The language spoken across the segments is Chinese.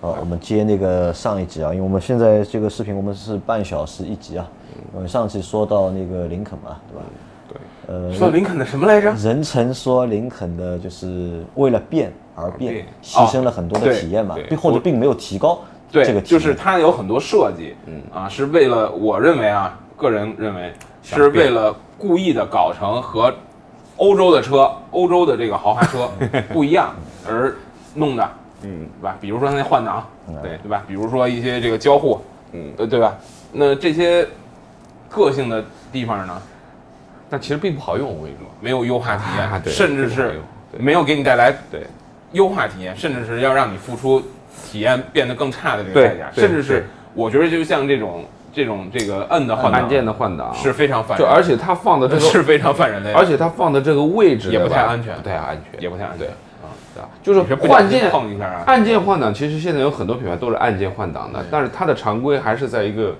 啊，我们接那个上一集啊，因为我们现在这个视频我们是半小时一集啊，我们上期说到那个林肯嘛，对吧？对，呃，说林肯的什么来着？人曾说林肯的就是为了变而变，牺牲了很多的体验嘛哦对，对并或者并没有提高对，这个体就验，是它有很多设计，嗯啊，是为了我认为啊，个人认为是想变为了故意的搞成和欧洲的车、欧洲的这个豪华车 不一样而弄的，嗯，对吧？比如说它那换挡，对对吧？比如说一些这个交互，嗯呃，对吧？那这些个性的地方呢，但其实并不好用，我跟你说，没有优化体验，啊对甚至这个是没有对没有给你带来对，优化体验，甚至是要让你付出体验变得更差的这个对代价，对甚至是我觉得就像这种这种这个摁的换挡按键的换挡是非常反就人，而且它放的这 个是非常反人类的，而且它放的这个位置也不对吧太安全不太安全，也不太安全对啊。对吧就是有些不小换心键碰一下啊，按键换挡，其实现在有很多品牌都是按键换挡的，但是它的常规还是在一个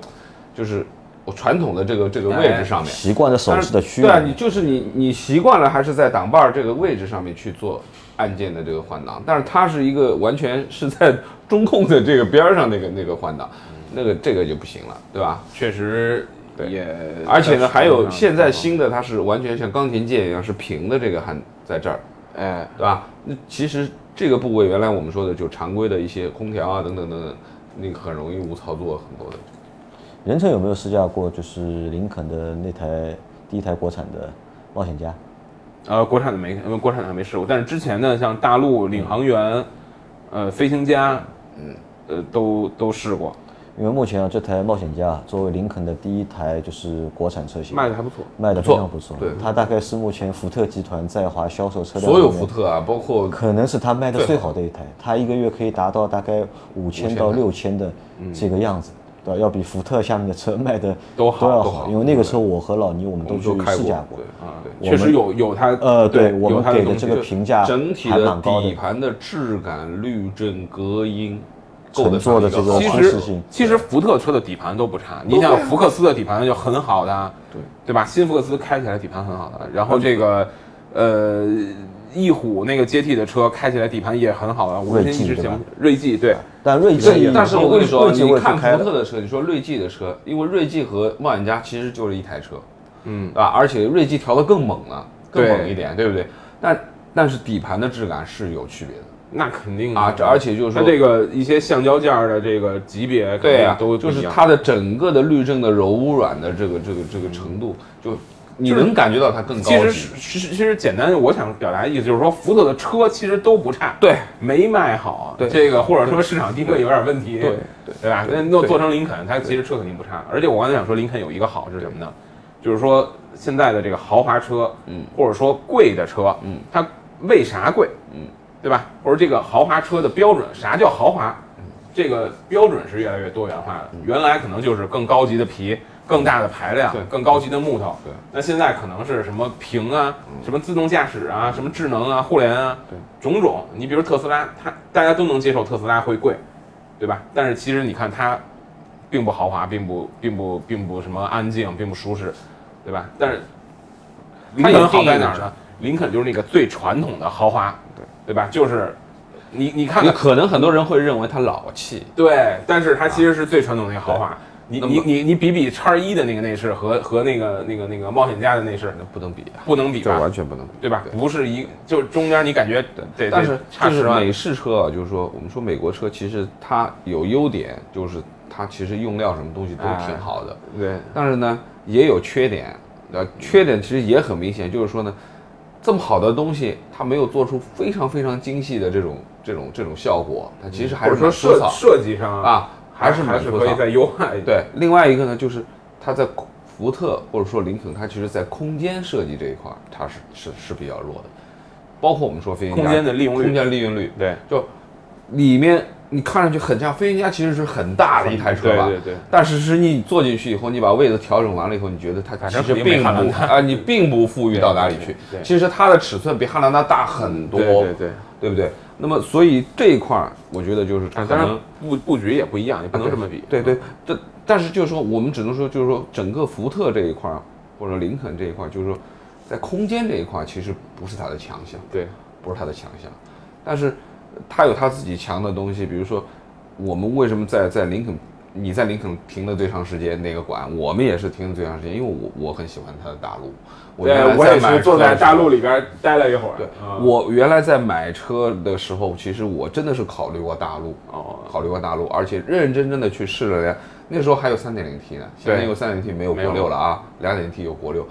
就是我传统的这个这个哎位置上面。习惯了手但势是的区域对。啊，你就是你你习惯了还是在挡把儿这个位置上面去做按键的这个换挡，但是它是一个完全是在中控的这个边儿上那个那个换挡，嗯那个这个就不行了，对吧？确实也，而且呢，还有在现在使新的它是完全像钢琴键一样是平的，这个焊在这儿，用上哎对吧？那其实这个部位原来我们说的就常规的一些空调啊等等等等，那个很容易误操作很多的。任晨有没有试驾过就是林肯的那台第一台国产的冒险家？呃，国产的没，呃国产的还没试过，但是之前呢，像大陆领航员，呃，飞行家，嗯，呃，都都试过，因为目前啊，这台冒险家啊作为林肯的第一台就是国产车型，卖的还不错，卖的非常不错。对它大概是目前福特集团在华销售车辆所有里面福特啊，包括可能是它卖的最好的一台，它一个月可以达到大概五千到六千的这个样子，对吧？要比福特下面的车卖的都好要嗯 都好，好因为那个车我和老倪我们我都们去都开试驾过过，，啊对，确实有有它，呃，对我有们它给东的西这个评价整体啊还的蛮高底的，盘的质感、滤震、隔音，够乘得坐上的一这个个好其舒实适性。其实福特车的底盘都不差，你想福克斯的底盘就很好的，啊对嗯对吧？新福克斯开起来底盘很好的，然后这个呃翼虎那个接替的车开起来底盘也很好的，我锐们际一直对吧想锐际对，但锐对际，，但是我跟你说，啊锐际你我也去看开福了，特的车，你说锐际的车，因为锐际和冒险家其实就是一台车，嗯，啊，而且锐际调得更猛了，更对猛一点，对不对？但但是底盘的质感是有区别的那肯定啊，这而且就是它说这个一些橡胶件儿的这个级别，对啊，都就不一是样它的整个的滤震的柔软的这个这个这个程度，就你就是能感觉到它更高其实级是。是是其实简单，我想表达的意思就是说，福特的车其实都不差，，对没卖好，对这个或者说市场定位有点问题，对对对吧？那对弄对做成林肯，它其实车肯定不差。而且我刚才想说，林肯有一个好是什么呢？就是说现在的这个豪华车，嗯，或者说贵的车，嗯，它为啥贵？嗯，对吧？或者这个豪华车的标准，啥叫豪华？嗯这个标准是越来越多元化的。原来可能就是更高级的皮、更大的排量对、更高级的木头，对那现在可能是什么屏啊、什么自动驾驶啊、什么智能啊、互联啊，嗯对，种种。你比如特斯拉，它大家都能接受特斯拉会贵，对吧？但是其实你看它，并不豪华，并不并不并不什么安静，并不舒适，对吧？但是林它肯有好在定义哪儿的呢？林肯就是那个最传统的豪华，对对吧？就是你你看你看，可能很多人会认为它老气，对，但是它其实是最传统的那个豪华。你啊那么你你你比比叉一的那个内饰和和那个那个那个冒险家的内饰那不能比啊，不能比这吧？完全不能比。对吧？不是一，就是中间你感觉对，但是差就十是万美式车啊，就是说我们说美国车其实它有优点，就是它其实用料什么东西都哎挺好的，对但是呢也有缺点，呃，缺点其实也很明显，就是说呢，这么好的东西它没有做出非常非常精细的这种这种这种效果，它其实嗯还或是者说蛮设粗糙设计上啊，还是还蛮是粗可糙以。再优化一点。对，另外一个呢就是它在福特或者说林肯，它其实在空间设计这一块儿它是是是比较弱的，包括我们说飞行家空间的利用率空间利用率对就里面你看上去很像飞行家，其实是很大的一台车吧？对对对但是是你坐进去以后，你把位置调整完了以后，你觉得它反其正实肯定没并汉兰不达啊，你并不富裕到哪里去对对对。其实它的尺寸比汉兰达大很多，对对对对不对？那么所以这一块儿，我觉得就是可啊，当然能布布局也不一样，也不能这么比。对对，但但是就是说，我们只能说，就是说整个福特这一块儿，或者林肯这一块儿，就是说在空间这一块儿，其实不是它的强项。对呃不是他的强项，但是他有他自己强的东西，比如说我们为什么在在林肯，你在林肯停了最长时间那个馆，我们也是停了最长时间，因为我我很喜欢它的大陆。我原来对，我也买是坐车的在时大候陆里边待了一会儿。对，嗯我原来在买车的时候，其实我真的是考虑过大陆，哦考虑过大陆，而且认认真真的去试了辆。那时候还有三点零 T 呢，现对在有三点零 T 没有没国有六了啊，两点零 T 有国六。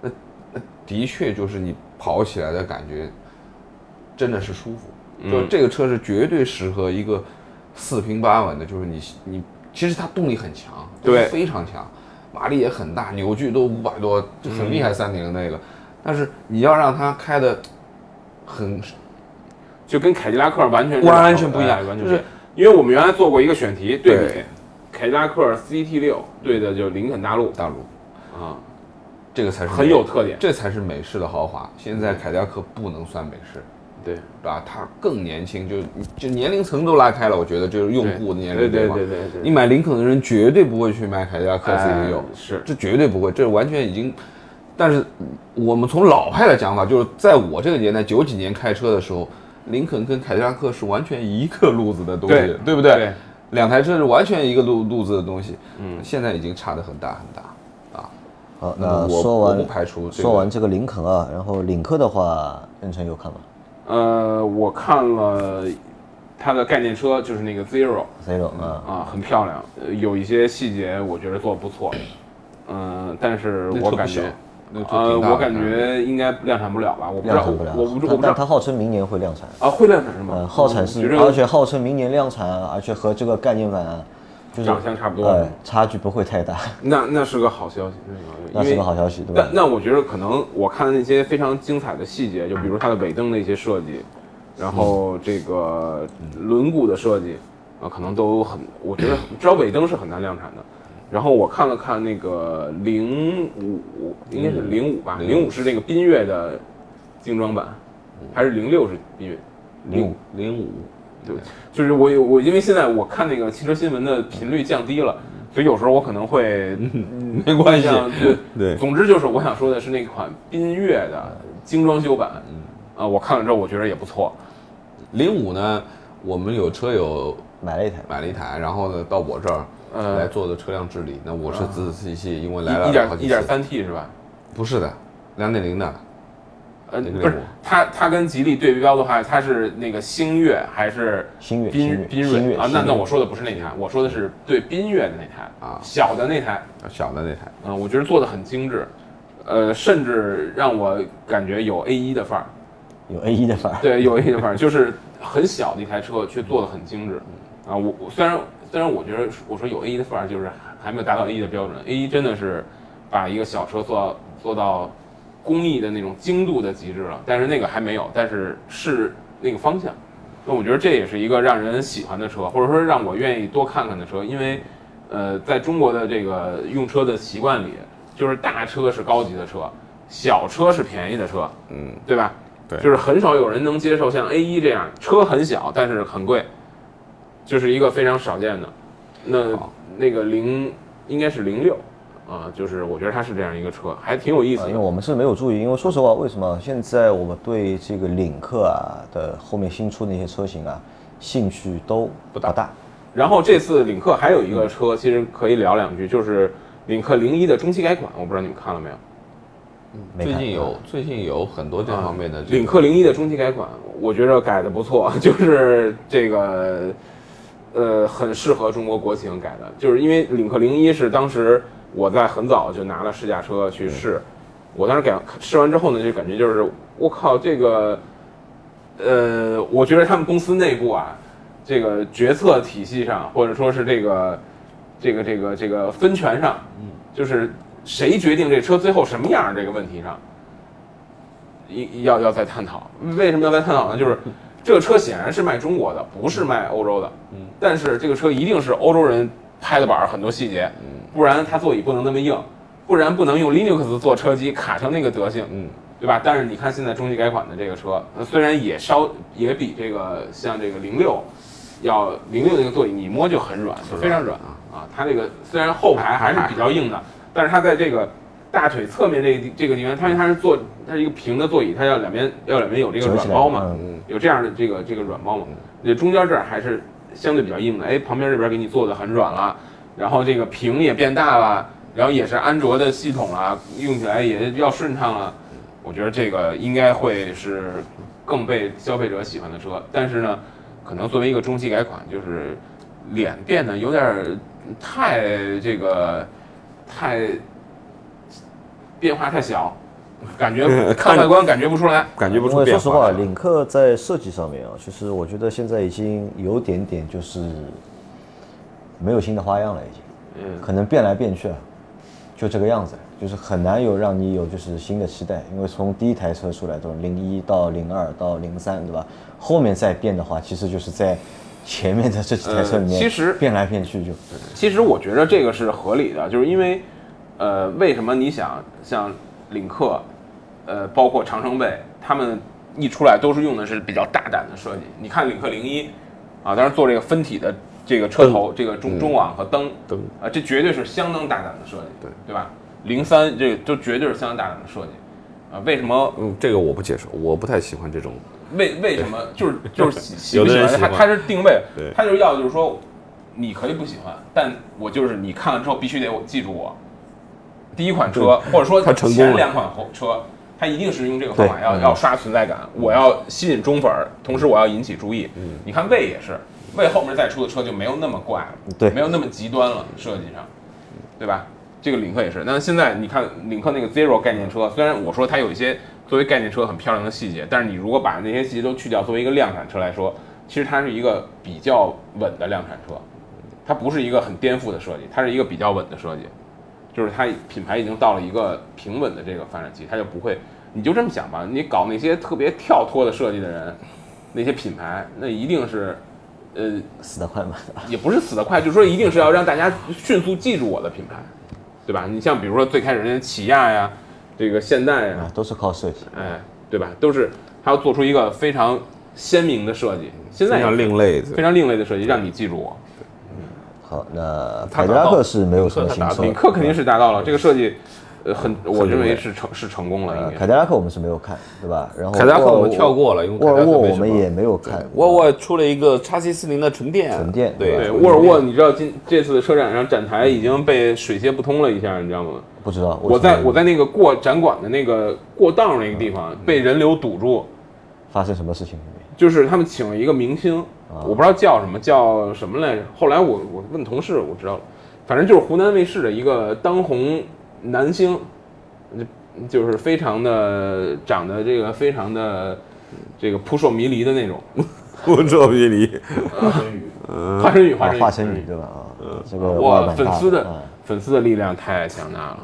那那的确就是你跑起来的感觉，真的是舒服。就嗯这个车是绝对适合一个四平八稳的，就是你你其实它动力很强，对非常强，马力也很大，扭矩都五百多，就很厉害。三点零那个，但是你要让它开的很就跟凯迪拉克完全是完全不一样哎完全就不一是样。因为我们原来做过一个选题对比对，凯迪拉克 CT 六对的就是林肯大陆大陆，啊，这个才是很美有特点。这才是美式的豪华。现在凯迪拉克不能算美式，对对吧？它更年轻，就就年龄层都拉开了。我觉得就是用户的年对龄对嘛对对对，你买林肯的人绝对不会去买凯迪拉克 CT 六、哎是这绝对不会，这完全已经。但是我们从老派的讲法，就是在我这个年代九几年开车的时候，林肯跟凯迪拉克是完全一个路子的东西，对不对两台车是完全一个路路子的东西，嗯，现在已经差得很大很大啊。好，我那我说不完排除这个说完这个林肯啊，然后领克的话，任成有看吗呃，我看了它的概念车，就是那个 Zero ？Zero 啊，啊，很漂亮，呃有一些细节我觉得做的不错。嗯、但是那车我不感小啊觉，那车呃，挺大的我感觉应该量产不了吧？我嗯不知量道，产不了，我我不知我但不知但它道号称明年会量产。啊，会量产是吗？呃，号称是，我觉得而且号称明年量产啊，而且和这个概念版啊，就是长相差不多呃，差距不会太大，那那是个好消息，那那是个好消息是因为个好消息，对那吧？那我觉得可能我看那些非常精彩的细节，就比如它的尾灯的一些设计，然后这个轮毂的设计，啊，可能都很，我觉得至少尾灯是很难量产的。然后我看了看那个零五，应该是零五吧，零五是那个缤越的精装版，还是零六是缤越？零五零五，对，就是我有我，因为现在我看那个汽车新闻的频率降低了，所以有时候我可能会 没关系， 像对对总之就是我想说的是那款缤越的精装修版，啊、嗯我看了之后我觉得也不错，零五呢，我们有车友买了一台，买了一台，然后呢到我这儿嗯来做的车辆治理。那我是仔仔细细，因为来一一了好点一几点次，三 T 是吧？不是的，两点零的，呃，那个不是，它它跟吉利对标的话，它是那个星越还是星越缤星越缤星越越啊？那星那越我说的不是那台，我说的是对缤越的那台嗯啊小的那台，小的那台。嗯、我觉得做的很精致，呃，甚至让我感觉有 A 1的范儿，有 A E 一的范儿，对，有一个反正就是很小的一台车，却做的很精致。啊，我我虽然虽然我觉得我说有 A 一的范儿，就是还没有达到 A 一的标准。A 一真的是把一个小车做到做到工艺的那种精度的极致了，但是那个还没有，但是是那个方向。那我觉得这也是一个让人喜欢的车，或者说让我愿意多看看的车，因为呃，在中国的这个用车的习惯里，就是大车是高级的车，小车是便宜的车，嗯，对吧？对就是很少有人能接受像 A 1这样车很小，但是很贵，就是一个非常少见的。那好那个零应该是零六啊，就是我觉得它是这样一个车，还挺有意思哎啊因为的。我们是没有注意，因为说实话，为什么现在我们对这个领克啊的后面新出的那些车型啊，兴趣都不大，然后这次领克还有一嗯个车，其实可以聊两句，就是领克零一的中期改款，我不知道你们看了没有？没最看啊近有最近有很多这方面的这个啊领克零一的中期改款，我觉着改的不错， 就是这个，呃，很适合中国国情改的，就是因为领克零一是当时我在很早就拿了试驾车去试，嗯我当时改试完之后呢，就感觉就是我靠这个，呃，我觉得他们公司内部啊，这个决策体系上，或者说是这个这个这个这个分权上，嗯就是谁决定这车最后什么样儿这个问题上。一要要再探讨。为什么要再探讨呢？就是这个车显然是卖中国的，不是卖欧洲的。嗯，但是这个车一定是欧洲人拍的板儿，很多细节，不然它座椅不能那么硬，不然不能用 Linux 做车机卡成那个德行。嗯，对吧？但是你看现在中期改款的这个车，呃虽然也稍也比这个像这个零六。要零六那个座椅，你摸就很软，就非常软啊！它这个虽然后排还是比较硬的，但是它在这个大腿侧面这个地这个地方，它因为它是坐，它是一个平的座椅，它要两边要两边有这个折软起来包嘛，嗯有这样的这个这个软包嘛。那中间这儿还是相对比较硬的，哎，旁边这边给你做的很软了，然后这个屏也变大了，然后也是安卓的系统了，用起来也比较顺畅了。我觉得这个应该会是更被消费者喜欢的车，但是呢，可能作为一个中期改款，就是脸变得有点儿太这个太变化太小，感觉看外观感觉不出来。感觉不嗯因出为变说化。实话，领克在设计上面啊，其实我觉得现在已经有点点就是没有新的花样了，已经。嗯，可能变来变去啊，就这个样子，就是很难有让你有就是新的期待，因为从第一台车出来都是零一到零二到零三，对吧？后面再变的话，其实就是在前面的这几台车里面，呃其实变来变去就其实我觉得这个是合理的，就是因为，呃，为什么你想像领克，呃，包括长城bay，他们一出来都是用的是比较大胆的设计。你看领克零一，啊，当然做这个分体的这个车头，这个中中网和灯，嗯灯啊，这绝对是相当大胆的设计，对对吧？零三这个就绝对是相当大胆的设计，啊，为什么嗯，这个我不接受，我不太喜欢这种。为为 什么就是就是喜喜有不的喜欢？人他喜欢他是定位对，他就是要就是说，你可以不喜欢，但我就是你看了之后必须得我记住我。第一款车，或者说他成功了嗯前两款车，他一定是用这个方法对要要刷存在感，我要吸引忠粉儿，同时我要引起注意。你看魏也是，魏后面再出的车就没有那么怪了，对没有那么极端了，设计上，对吧？这个领克也是，但是现在你看领克那个 Zero 概念车，虽然我说它有一些作为概念车很漂亮的细节，但是你如果把那些细节都去掉，作为一个量产车来说，其实它是一个比较稳的量产车，它不是一个很颠覆的设计，它是一个比较稳的设计，就是它品牌已经到了一个平稳的这个发展期，它就不会，你就这么想吧，你搞那些特别跳脱的设计的人，那些品牌那一定是，呃，死得快嘛。 也不是死得快，就是说一定是要让大家迅速记住我的品牌，对吧？你像比如说最开始人家起亚呀，这个现代呀，啊，都是靠设计。哎，对吧？都是他要做出一个非常鲜明的设计，现在非也常是另类，非常另类的设计，让你记住我。好，那他凯达迪到拉克是没有什么新车，领啊克肯定是达到了这个设计，呃，很我很认为另类是成是成功了，呃应凯该。迪拉克我们是没有看，对吧？然后凯迪拉克沃我们跳过了因为凯沃迪拉尔克沃没我什么们也没有看，沃尔沃出了一个 x C 四零的纯电，纯电对对，沃尔沃，你知道今这次的车展上展台已经被水泄不通了一下，你知道吗？不知道。我在我在那个过展馆的那个过道那个地嗯方被人流堵住，发生什么事情没？就是他们请了一个明星，啊我不知道叫什么，叫什么来着。后来我我问同事，我知道了，反正就是湖南卫视的一个当红男星，就就是非常的长得这个非常的这个扑朔迷离的那种，我做迷离，华晨宇，华啊晨宇，华晨宇对吧？啊，嗯这个沃尔哇，本粉大丝的啊粉丝的力量太强大了，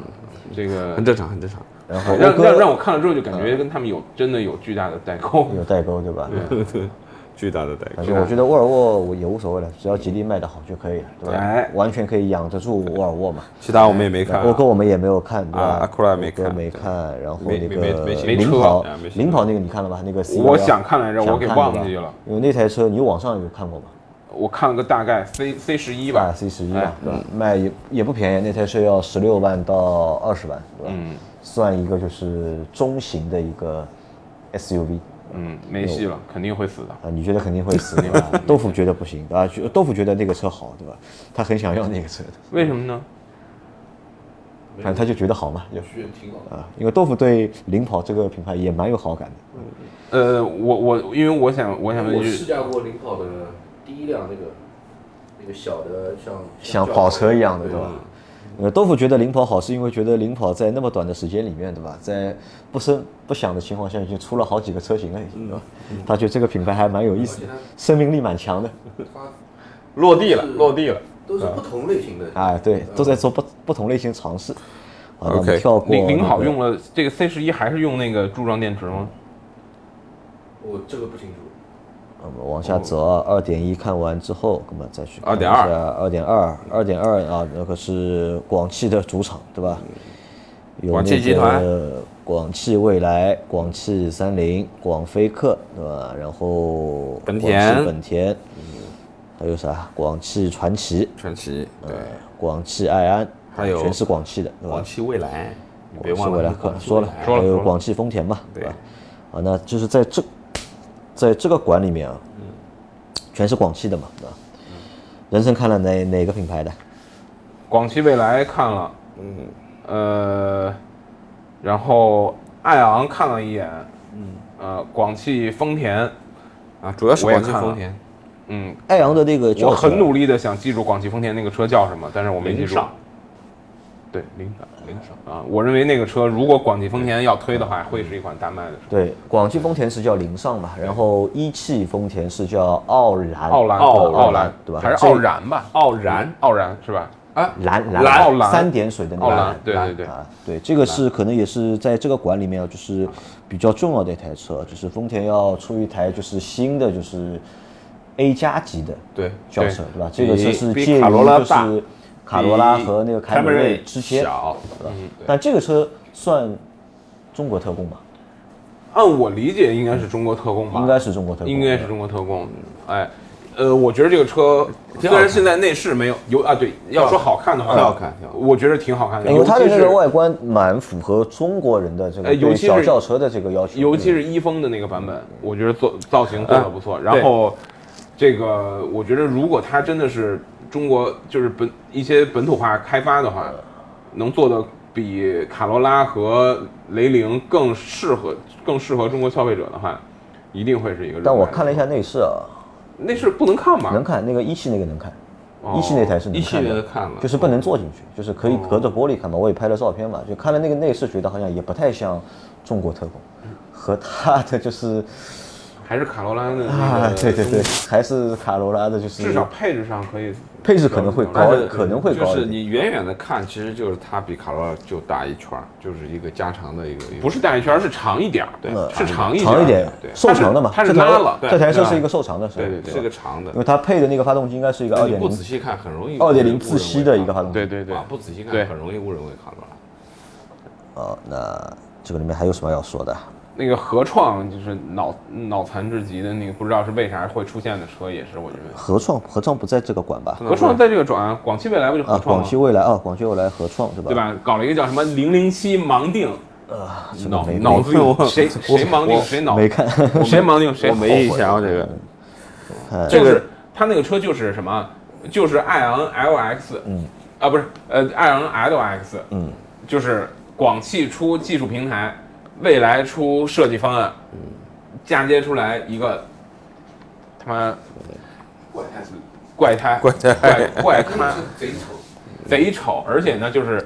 这个很正常，很正常。然后让讴让歌让我看了之后就感觉跟他们有真的有巨大的代沟。有代沟对吧？嗯巨大的代沟反。正我觉得沃尔沃我也无所谓了，只要吉利卖得好就可以了，对吧？哎啊完全可以养得住沃尔沃嘛。其他我们也没看沃哎哥我们也没有看，对啊吧？ Acura 沃没哥看没对看，然后没那没没个没兴趣领没车跑啊没兴趣领跑那个你看了吧？那个 C 啊我想看来着，我想给看忘对吧记了。因为那台车你网上有看过吗？我看了个大概 C C 十一吧啊，C 十一哎嘛，对吧？嗯卖也也不便宜，那台车要十六万到二十万，对吧？嗯算一个就是中型的一个 SUV。嗯，没戏了，肯定会死的。啊，你觉得肯定会死，对吧？豆腐觉得不行啊，觉豆腐觉得那个车好，对吧？他很想要那个车，为什么呢？反正他就觉得好嘛，就觉得挺好的。啊，因为豆腐对领跑这个品牌也蛮有好感的。呃，我我因为我想嗯我想问我一试句，驾过领跑的第一辆那个那个小的像像轿跑车一样的，对吧嗯？呃，豆腐觉得领跑好，是因为觉得领跑在那么短的时间里面，对吧？在不声不响的情况下，已经出了好几个车型了，已经，对吧？他觉得这个品牌还蛮有意思的，生命力蛮强的。它落地了，落地了。都是不同类型的。啊，对，都在做不不同类型的尝试。好，那我 OK，们跳过领领好那个用了这个 C 十一还是用那个柱状电池吗？我这个不清楚。我们往下走哦啊，二点一看完之后，那么再去2.2二点二，二点二啊，那个是广汽的主场，对吧？有嗯广汽那个集团广汽蔚来、广汽三菱、广菲克，对吧？然后本广汽田本田，还有啥？广汽传祺，传奇，对，呃广汽埃安，还有全是广汽的，对吧广？汽蔚来，你别广汽忘未了来是可广汽说蔚了，来，说了还有了广汽丰田嘛，对对吧？啊，那嗯就是在这，在这个馆里面啊，全是广汽的嘛，对吧？人生看了哪哪个品牌的？广汽蔚来看了，嗯，呃，然后爱昂看了一眼，嗯，呃，广汽丰田，啊，主要是我也广汽看了丰田，嗯，爱昂的那个轿我车，很努力的想记住广汽丰田那个车叫什么，但是我没记凌住。尚对，凌尚零上啊，我认为那个车如果广汽丰田要推的话，会是一款大卖的车。对，广汽丰田是叫凌尚吧，然后一汽丰田是叫傲然，奥兰，奥奥奥兰对吧还是这奥然吧？嗯傲然奥然是吧？啊，蓝蓝奥兰三点水的那奥个兰蓝，，对对对，啊，对，这个是可能也是在这个馆里面啊，就是比较重要的一台车，就是丰田要出一台就是新的就是 A 加级的对轿车，对吧？这个车是比介于卡罗拉就大是卡罗拉比和那个凯凯美美瑞瑞之间，小，对吧嗯对但这个车算中国特供吧？按我理解应该是中国特供吧？应该是中国特供，应该是中国特供。哎，呃，我觉得这个车虽然现在内饰没有嗯有啊，对，要说好看的话，挺好看挺好看我觉得挺好看的，因为它的尤其那是个外观蛮符合中国人的这个呃尤对其小是轿车的这个要求，尤嗯其啊是一封的那个版本，我觉得做造型做的不错。然后这个，我觉得如果它真的是中国就是本一些本土化开发的话，能做的比卡罗拉和雷凌更适合更适合中国消费者的话，一定会是一个热门。但我看了一下内饰啊，那是不能看吧？能看那个一汽那个能看，哦一汽那台是能一系看列的的，看了，就是不能坐进去，就是可以隔着玻璃看嘛。我也拍了照片嘛，就看了那个内饰，觉得好像也不太像中国特供，和它的就是还是卡罗拉的那啊个，，对对对，还是卡罗拉的，就是至少配置上可以。配置可能会但高是，可能会高嗯就是一点。你远远的看，其实就是它比卡罗拉就大一圈儿，就是一个加长的一个，一个不是大一圈，是长一点儿，对是长一点儿，长一点对，瘦长的嘛，它是这台它是拉了这台车对是一个瘦长的，对吧对对，是个长的因，为它配的那个发动机应该是一个二但你点不零仔细看很容易二点误零认自吸为的卡一个发动机。对对对啊，不仔细对看很容易误认为卡罗 拉。哦，那这个里面还有什么要说的？那个合创就是脑脑残至极的那个，不知道是为啥会出现的车，也是我觉得。合创，合创不在这个馆吧？合创在这个转广汽未来不就合嗯啊，创广吗汽？未来啊，广汽未来合创对吧？对？吧？搞了一个叫什么零零七盲定，这个脑没脑子有我谁谁盲定谁脑没看，谁盲定谁我后悔没印象啊，这个就这是个它那个车就是什么，就是爱昂 LX，嗯，啊不是，呃，爱昂 LX，嗯，就是广汽出技术平台，未来出设计方案，嗯，嫁接出来一个他妈怪胎，怪胎，怪胎，怪咖，贼丑，贼丑，而且呢就是。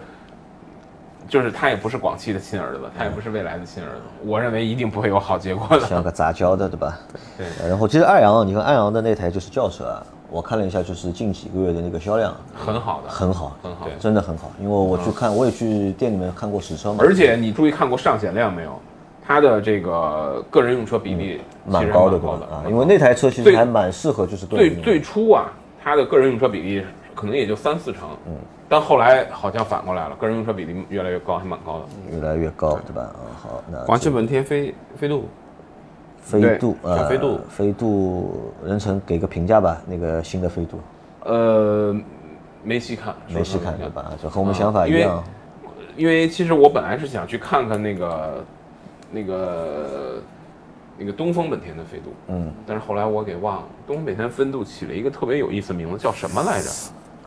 就是他也不是广汽的亲儿子，他也不是未来的亲儿子，我认为一定不会有好结果的。像个杂交的，对吧？对。然后其实爱昂，你看爱昂的那台就是轿车啊，我看了一下，就是近几个月的那个销量很好的，很好，很好真的很好。因为我去看，我也去店里面看过实车嘛，而且你注意看过上险量没有？它的这个个人用车比例其实还蛮高的，的，对吧？啊，蛮因高为的那台车其最实还蛮适合，就是对最应的最初啊，它的个人用车比例可能也就三四成，嗯，但后来好像反过来了，个人用车比例越来越高，还蛮高的。越来越高，对吧？啊，好，那广汽本田飞飞度，飞度小啊，飞度飞度，任成给个评价吧，那个新的飞度，呃，没细看，没细看对说实话？啊吧？就和我们想法一因为样。因为其实我本来是想去看看那个那个那个东风本田的飞度，嗯，但是后来我给忘了，东风本田飞度起了一个特别有意思的名字，叫什么来着？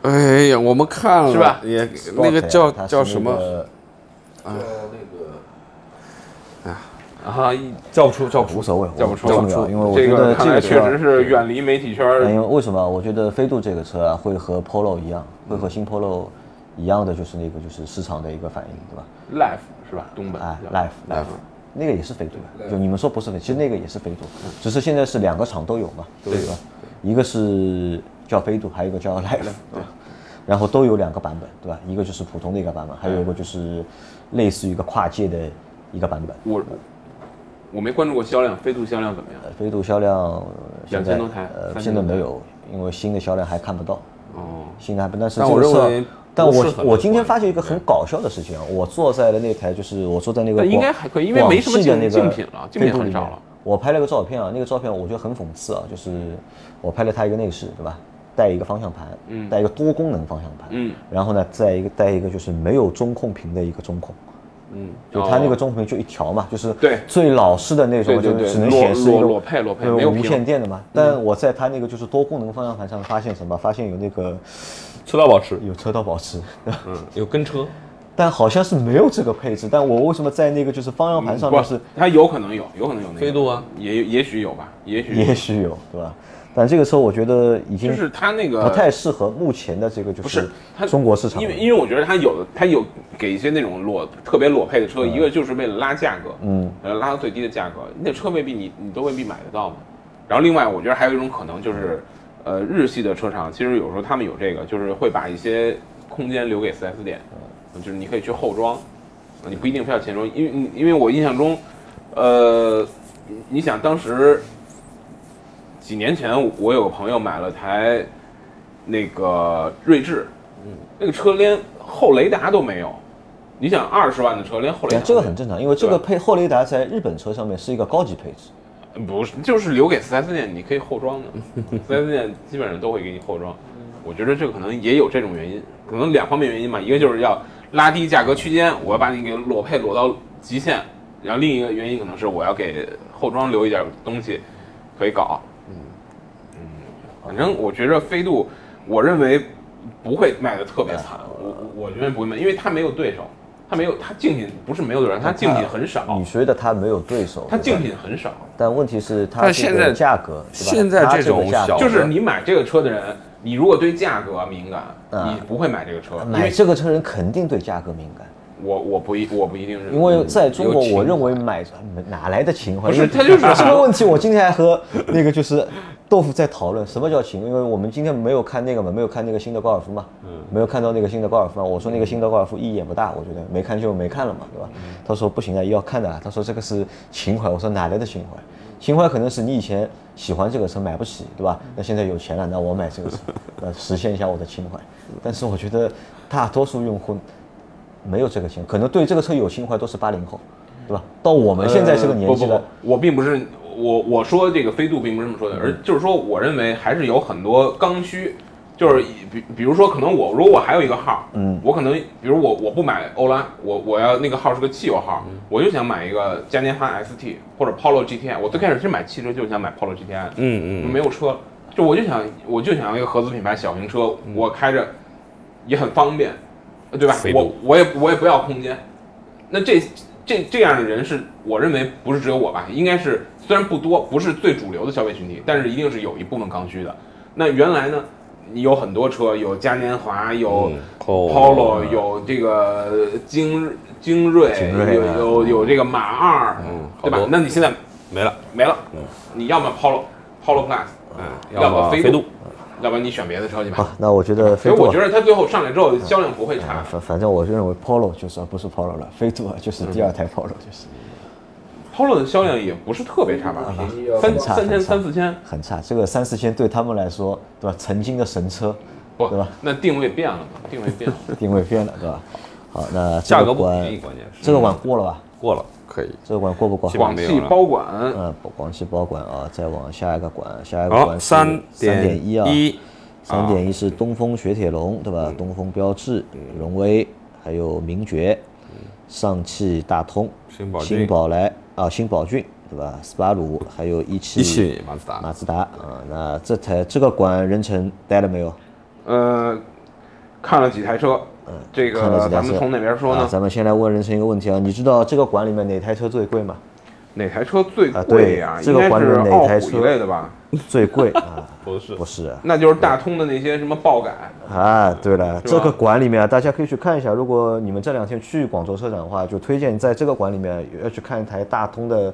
哎呀，我们看了是吧也 Sport 那个叫它是叫什那么？个叫那个啊，一叫不出，叫不无所谓，叫我不出重叫要，不因为我这觉个得看这来个确车实啊，是远离媒体圈哎儿。因为为什么？我觉得飞度这个车啊，会和 Polo 一样，会和新 Polo 一样的，就是那个就是市场的一个反应，对吧？ Life 是吧？东本哎叫，Life Life，那个也是飞度的，就你们说不是飞，其实那个也是飞度，只是现在是两个厂都有嘛，对吧？一个是叫飞度，还有一个叫 Life，对吧然后都有两个版本，对吧？一个就是普通的一个版本，还有一个就是类似于一个跨界的一个版本。我我没关注过销量，飞度销量怎么样？呃飞度销量呃现在2000多台呃， 3000现在多没台有，因为新的销量还看不到，哦，新的还不，但是但这我个认车为但不我适合我这今天个款发现一个很搞笑的事情啊，我坐在了那台就是我坐在那个但应广该还可以因为没什么广汽的那竞个竞品了竞品飞度很里少面了。我拍了个照片啊，那个照片我觉得很讽刺啊，就是我拍了它一个内饰，对吧？带一个方向盘，嗯带一个多功能方向盘，嗯，然后呢，再一个带一个就是没有中控屏的一个中控，嗯，就它那个中频就一条嘛，就是对最老式的那对种，对就对是只能裸显示一裸个裸配裸配对没有无屏嗯线电的嘛。但我在它那个就是多功能方向盘上发现什么？发现有那个车道保持，有车道保持，嗯，有跟车，但好像是没有这个配置。但我为什么在那个就是方向盘上嗯不面是，它有可能有，有可能有那个飞度啊，也也许有吧，也许也许有，对吧？但这个车我觉得已经就是它那个不太适合目前的这个就不是它中国市场因，为因为我觉得它有的它有给一些那种裸特别裸配的车，一个就是为了拉价格，嗯，呃，拉到最低的价格，那车未必你你都未必买得到嘛。然后另外，我觉得还有一种可能就是，呃，日系的车厂其实有时候他们有这个，就是会把一些空间留给 4S 店，就是你可以去后装，你不一定非要前装，因为你因为我印象中，呃，你你想当时几年前我有个朋友买了台那个锐志，那个车连后雷达都没有。你想二十万的车连后雷哎达都没有、这个很正常，因为这个对吧配后雷达在日本车上面是一个高级配置。不是，就是留给 4S 店，你可以后装的。4S 店基本上都会给你后装。我觉得这个可能也有这种原因，可能两方面原因吧，一个就是要拉低价格区间，我要把你给裸配裸到极限，然后另一个原因可能是我要给后装留一点东西可以搞。嗯嗯，反正我觉着飞度，我认为不会卖的特别惨，我我我觉得不会卖，因为它没有对手，它没有它竞品不是没有对手，它竞品很少你，觉得它没有对手？哦它对吧竞品很少。但问题是它但这现个在价格，对吧现在它这个种价格小就是你买这个车的人，你如果对价格敏感，嗯你不会买这个车，因买为这个车人肯定对价格敏感，我我不一我不一定认因为在中国有，情怀我认为买哪来的情怀？不是因为他就是这个问题。我今天还和那个就是豆腐在讨论什么叫情怀，因为我们今天没有看那个嘛，没有看那个新的高尔夫嘛，嗯没有看到那个新的高尔夫嘛。我说那个新的高尔夫意义也不大，我觉得没看就没看了嘛，对吧？嗯他说不行啊，要看的啊。他说这个是情怀，我说哪来的情怀？情怀可能是你以前喜欢这个车买不起，对吧？那现在有钱了，那我买这个车，那实现一下我的情怀。但是我觉得大多数用户没有这个情，可能对这个车有情怀都是八零后，对吧？到我们现在这个年纪呃了不，不不，我并不是我我说这个飞度并不是这么说的，而就是说我认为还是有很多刚需，就是比比如说可能我如果我还有一个号，嗯，我可能比如我我不买欧拉，我我要那个号是个汽油号，我就想买一个嘉年华 ST 或者 Polo GTI，我最开始是买汽车就是想买 Polo GTI，嗯嗯，没有车，就我就想我就想要一个合资品牌小型车，我开着也很方便，呃对吧嗯飞？我我也我也不要空间，那这这这样的人是我认为不是只有我吧，应该是虽然不多，不是最主流的消费群体，但是一定是有一部分刚需的。那原来呢，你有很多车，有嘉年华，有嗯 Polo，有这个精精锐，精锐有啊有有这个马二，嗯对吧好多？嗯那你现在没了，没了，你要么 Polo Polo Plus，嗯，要么飞飞度，要不然你选别的车去好吧。，那啊我觉得所飞以度我觉啊，得它最后上来之后销量不会差啊。反反正我就认为 Polo 就是不是 Polo 了，飞度啊就是第二台 Polo 就是。 Polo 的销量也不是特别差吧便宜啊，三很差三很千差三四千，很差，这个三四千对他们来说，对吧？曾经的神车，不对吧？那定位变了嘛，定位 变了。定位变了，对吧？好，那这价个格不关便宜，关键是这个关过了吧？过了可以。这个关过不过？基本广没有汽了包管嗯，广汽包管啊，再往下一个管，下一个好，管三三点一啊，一，三点一是东风雪铁龙，对嗯吧？东风标致、荣威，还有名爵、嗯上汽大通、新宝骏新宝来啊、新宝骏，对吧？斯巴鲁，还有一汽、一汽马自达马自达啊。那这台这个管任晨待了没有？呃，看了几台车，这嗯看了个几台咱车们从哪边说啊呢？咱们先来问任晨一个问题啊，你知道这个管里面哪台车最贵吗？哪台车最啊贵呀？对这应个该管理是哪傲台虎一车类的吧？最贵 啊？不是不是啊那就是大通的那些什么爆改，啊，对了，是吧这个馆里面啊，大家可以去看一下。如果你们这两天去广州车展的话，就推荐在这个馆里面要去看一台大通的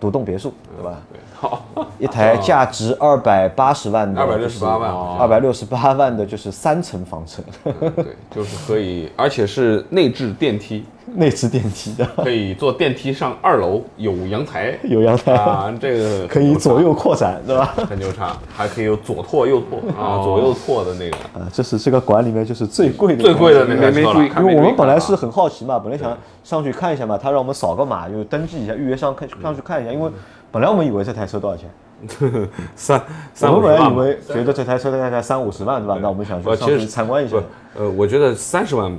独栋别墅，对吧？对，好，一台价值二百八十万的， 268万好二百六十八万的，就是三层房车， 嗯对，就是可以，而且是内置电梯，内置电梯的，可以坐电梯上二楼，有阳台有阳台，啊，这个可以左右扩展，对 吧？很牛叉，还可以有左拓右拓哦啊，左右拓的那个。啊，这是这个馆里面就是最贵的，最贵的那没台没车注意了，看，因为我没注们意本来看啊是很好奇嘛，本来想上去看一下嘛，他让我们扫个码，就登记一下，预约上看上去看一下，因为本来我们以为这台车多少钱，三我三们五十本来万以吧。为觉得这台车大概在三五十万对吧？那我们想去呃上其去实参观一下不，呃，我觉得三十万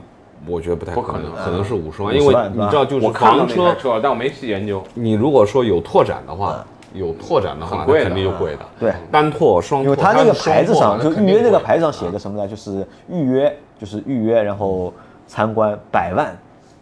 我觉得不太不可可能，能可能是五十万， 50因为万你知道，就是我看到房那车台，车，但我没去研究。你如果说有拓展的话，有拓展的话，很贵那的肯定就贵的。嗯对，单拓、双因拓，为它那个牌子上它就是双拓预约那个牌子上肯定写的什么呢？就是预约，就是预约，然后参观百万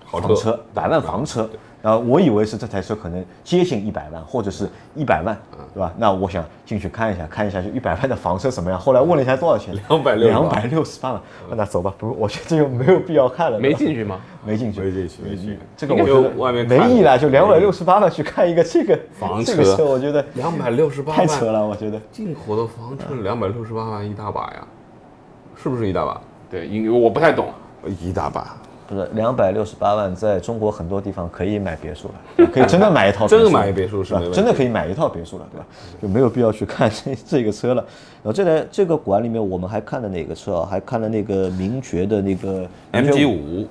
豪房车车，百万房车。然后我以为是这台车可能接近一百万，或者是一百万，对吧？那我想进去看一下，看一下就一百万的房车什么样。后来问了一下多少钱， 268两百六十八万。那走吧，不是，我觉得这个没有必要看了，没对吧进去吗？没进去，没进去没进去嗯这个应我该觉有外得面看没意义了，就没意两义百六十八万去看一个这个房这个车嗯车，我觉得贵两百六十八太扯万，了，我觉得。进口的房车两百六十八万一大把呀，是不是一大把？对，因为我不太懂。一大把，不是两百六十八万，在中国很多地方可以买别墅 了，可以真的买一套别真墅，啊的买一别墅是吧嗯没问题真的可以买一套别墅了，对吧？就没有必要去看 这这个车了。然后这台这个馆里面，我们还看了哪个车啊？还看了那个名爵的那个 MG 五五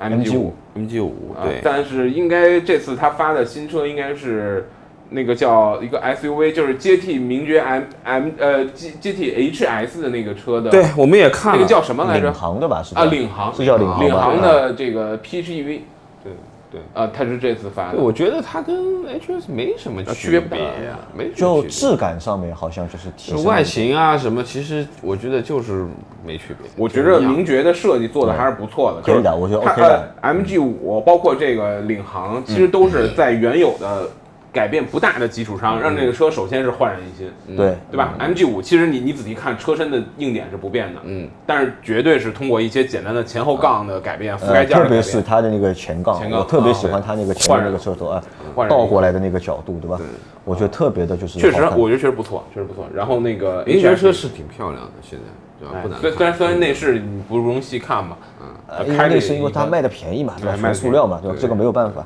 MG 五五， ，MG 五，啊对，但是应该这次他发的新车应该是那个叫一个 SUV，就是接替名爵 M M 呃接接替 HS 的那个车的，对，，我们也看那了，个叫什么来着领？航的吧？是啊，领航是叫领航航领吧的这个 PHEV 对对。啊，它是这次发对，的。我觉得它跟 HS 没什么区别别呀、没什么就区别质感上面好像就是提就升是了外形啊什么，其实我觉得就是没区别。我觉着就是一样名爵的设计做的还是不错的，可以的我觉得 OK 的。嗯 MG 呃五包括这个领航，其实都是在原有的改变不大的基础上，让这个车首先是焕然一新。对。对吧？MG 五其实你你仔细看车身的硬点是不变的，嗯，但是绝对是通过一些简单的前后杠的改变、覆盖呃，件儿特的改别是变，它的那个前杠，前杠我特别喜啊欢对它那个前换面那人个车头啊换，人倒过来的那个角度，对吧？我觉得特别的就是确实好看我觉得确实不错，确实不错。然后那个名爵 HR 车是挺漂亮的，现在对吧？哎不难虽虽然看。虽然内饰你不容细看吧，嗯呃，嗯，因开为着那是因为它卖的便宜嘛，对吧？对纯卖得塑料嘛，对便宜吧？对这个没有办法。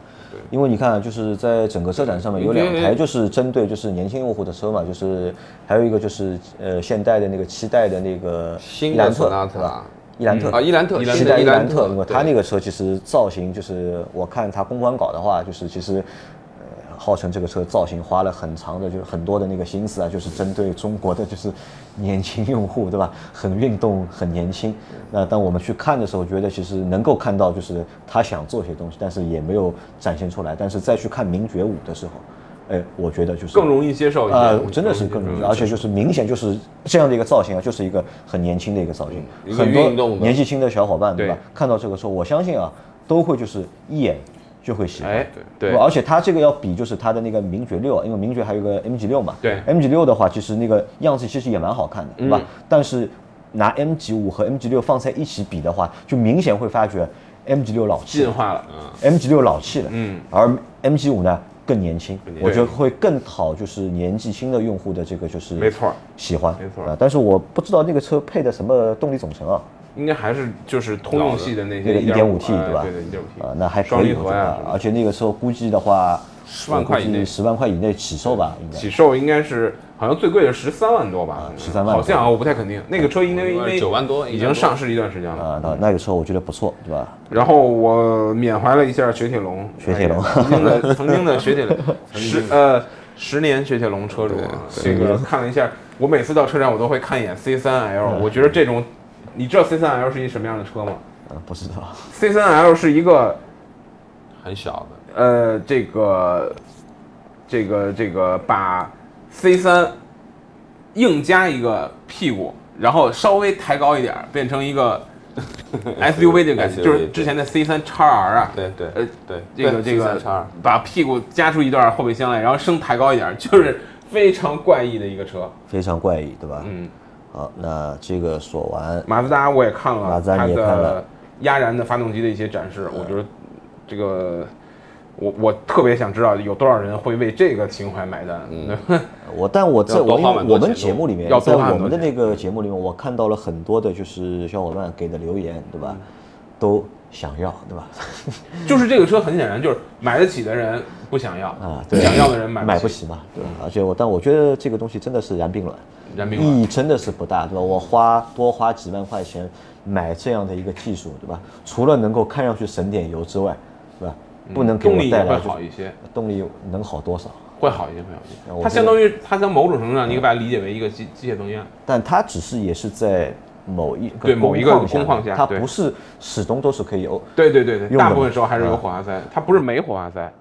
因为你看啊，就是在整个车展上面有两台就是针对就是年轻用户的车嘛，就是还有一个就是呃现代的那个七代的那个伊新的兰索特纳对吧塔？伊兰特嗯啊，伊兰特，期待伊兰特，特，因为它那个个车其实造型就是，我看它公关稿的话，就是其实。呃号称这个车造型花了很长的，就是很多的那个心思啊，就是针对中国的就是年轻用户，对吧？很运动，很年轻。那当我们去看的时候，觉得其实能够看到就是他想做些东西，但是也没有展现出来。但是再去看《名爵五》的时候，哎，我觉得就是更容易接受一些。嗯啊，真的是更容易，容易而且就是明显就是这样的一个造型啊，就是一个很年轻的一个造型嗯一，个很多运动的年纪轻的小伙伴对对吧？看到这个车，我相信啊，都会就是一眼就会喜欢哎。，对而且它这个要比就是它的那个名爵六啊，因为名爵还有个 MG 六嘛。对，MG 六的话，其实那个样子其实也蛮好看的，对吧？嗯但是拿 MG 五和 MG 六放在一起比的话，就明显会发觉 MG 六老气了进化了， MG 六老气了，嗯，而 MG 五呢更年轻，年轻我觉得会更讨就是年纪轻的用户的这个就是没错儿，喜欢，没错啊。但是我不知道那个车配的什么动力总成啊，应该还是就是通用系的那些那个1.5 1.5T 哎对吧对对，一点五 T 啊，那还可双以，离我合觉呀得，，而且那个车估计的话， 10万块以内十万块以内起售吧，应该起售应该是好像最贵的十三万多吧， 13万好像啊，我不太肯定。那个车应该因为9万多已经上市一段时间了。啊，那那个车我觉得不错，对吧？然后我缅怀了一下雪铁龙，雪铁龙哎曾经的曾经的雪铁龙，十呃十年雪铁龙车主啊，这个看了一下，我每次到车展我都会看一眼 C 三 L，我觉得这种，你知道 C 三 L 是一什么样的车吗啊，不知道， ？C 三 L 是一个很小的，呃，这个，这个，这个，把 C 三硬加一个屁股，然后稍微抬高一点儿，变成 一个 SUV 这个感觉，就是之前的 C 三叉 R 啊，对对，呃，对这个这三叉个二，把屁股夹出一段后备箱来，然后升抬高一点儿，就是非常怪异的一个车。非常怪异，对吧？嗯，好，那这这个说完，马自达我也看马了自达它你也看的了压燃的发动机的一些展示，我觉得这个我我特别想知道有多少人会为这个情怀买单。 嗯，我但我在要多我花蛮多我们钱的节目里面要，在多花我很多们的那个节目里面，我看到了很多的就是小伙伴给的留言，对嗯吧？都想要，对吧？ 就是这个车很显然就是买得起的人不想要啊，不对，想要的人买不不。起嘛，对吧？而且我，但我觉得这个东西真的是燃并卵，燃并卵意义真的是不大，对吧？我花多花几万块钱买这样的一个技术，对吧？除了能够看上去省点油之外，对吧？不能给嗯动我力也带会来就好是一些，动力能好多少？会好一些，会好一啊些。我它觉相得当于它在某种程度上，你可以把它理解为一个机机械增压。但它只是也是在某一对某一个工工况下它对不是始终都是可以有对对对对，用大的部分嘛时候还是有啊火花塞，它不是没火花塞，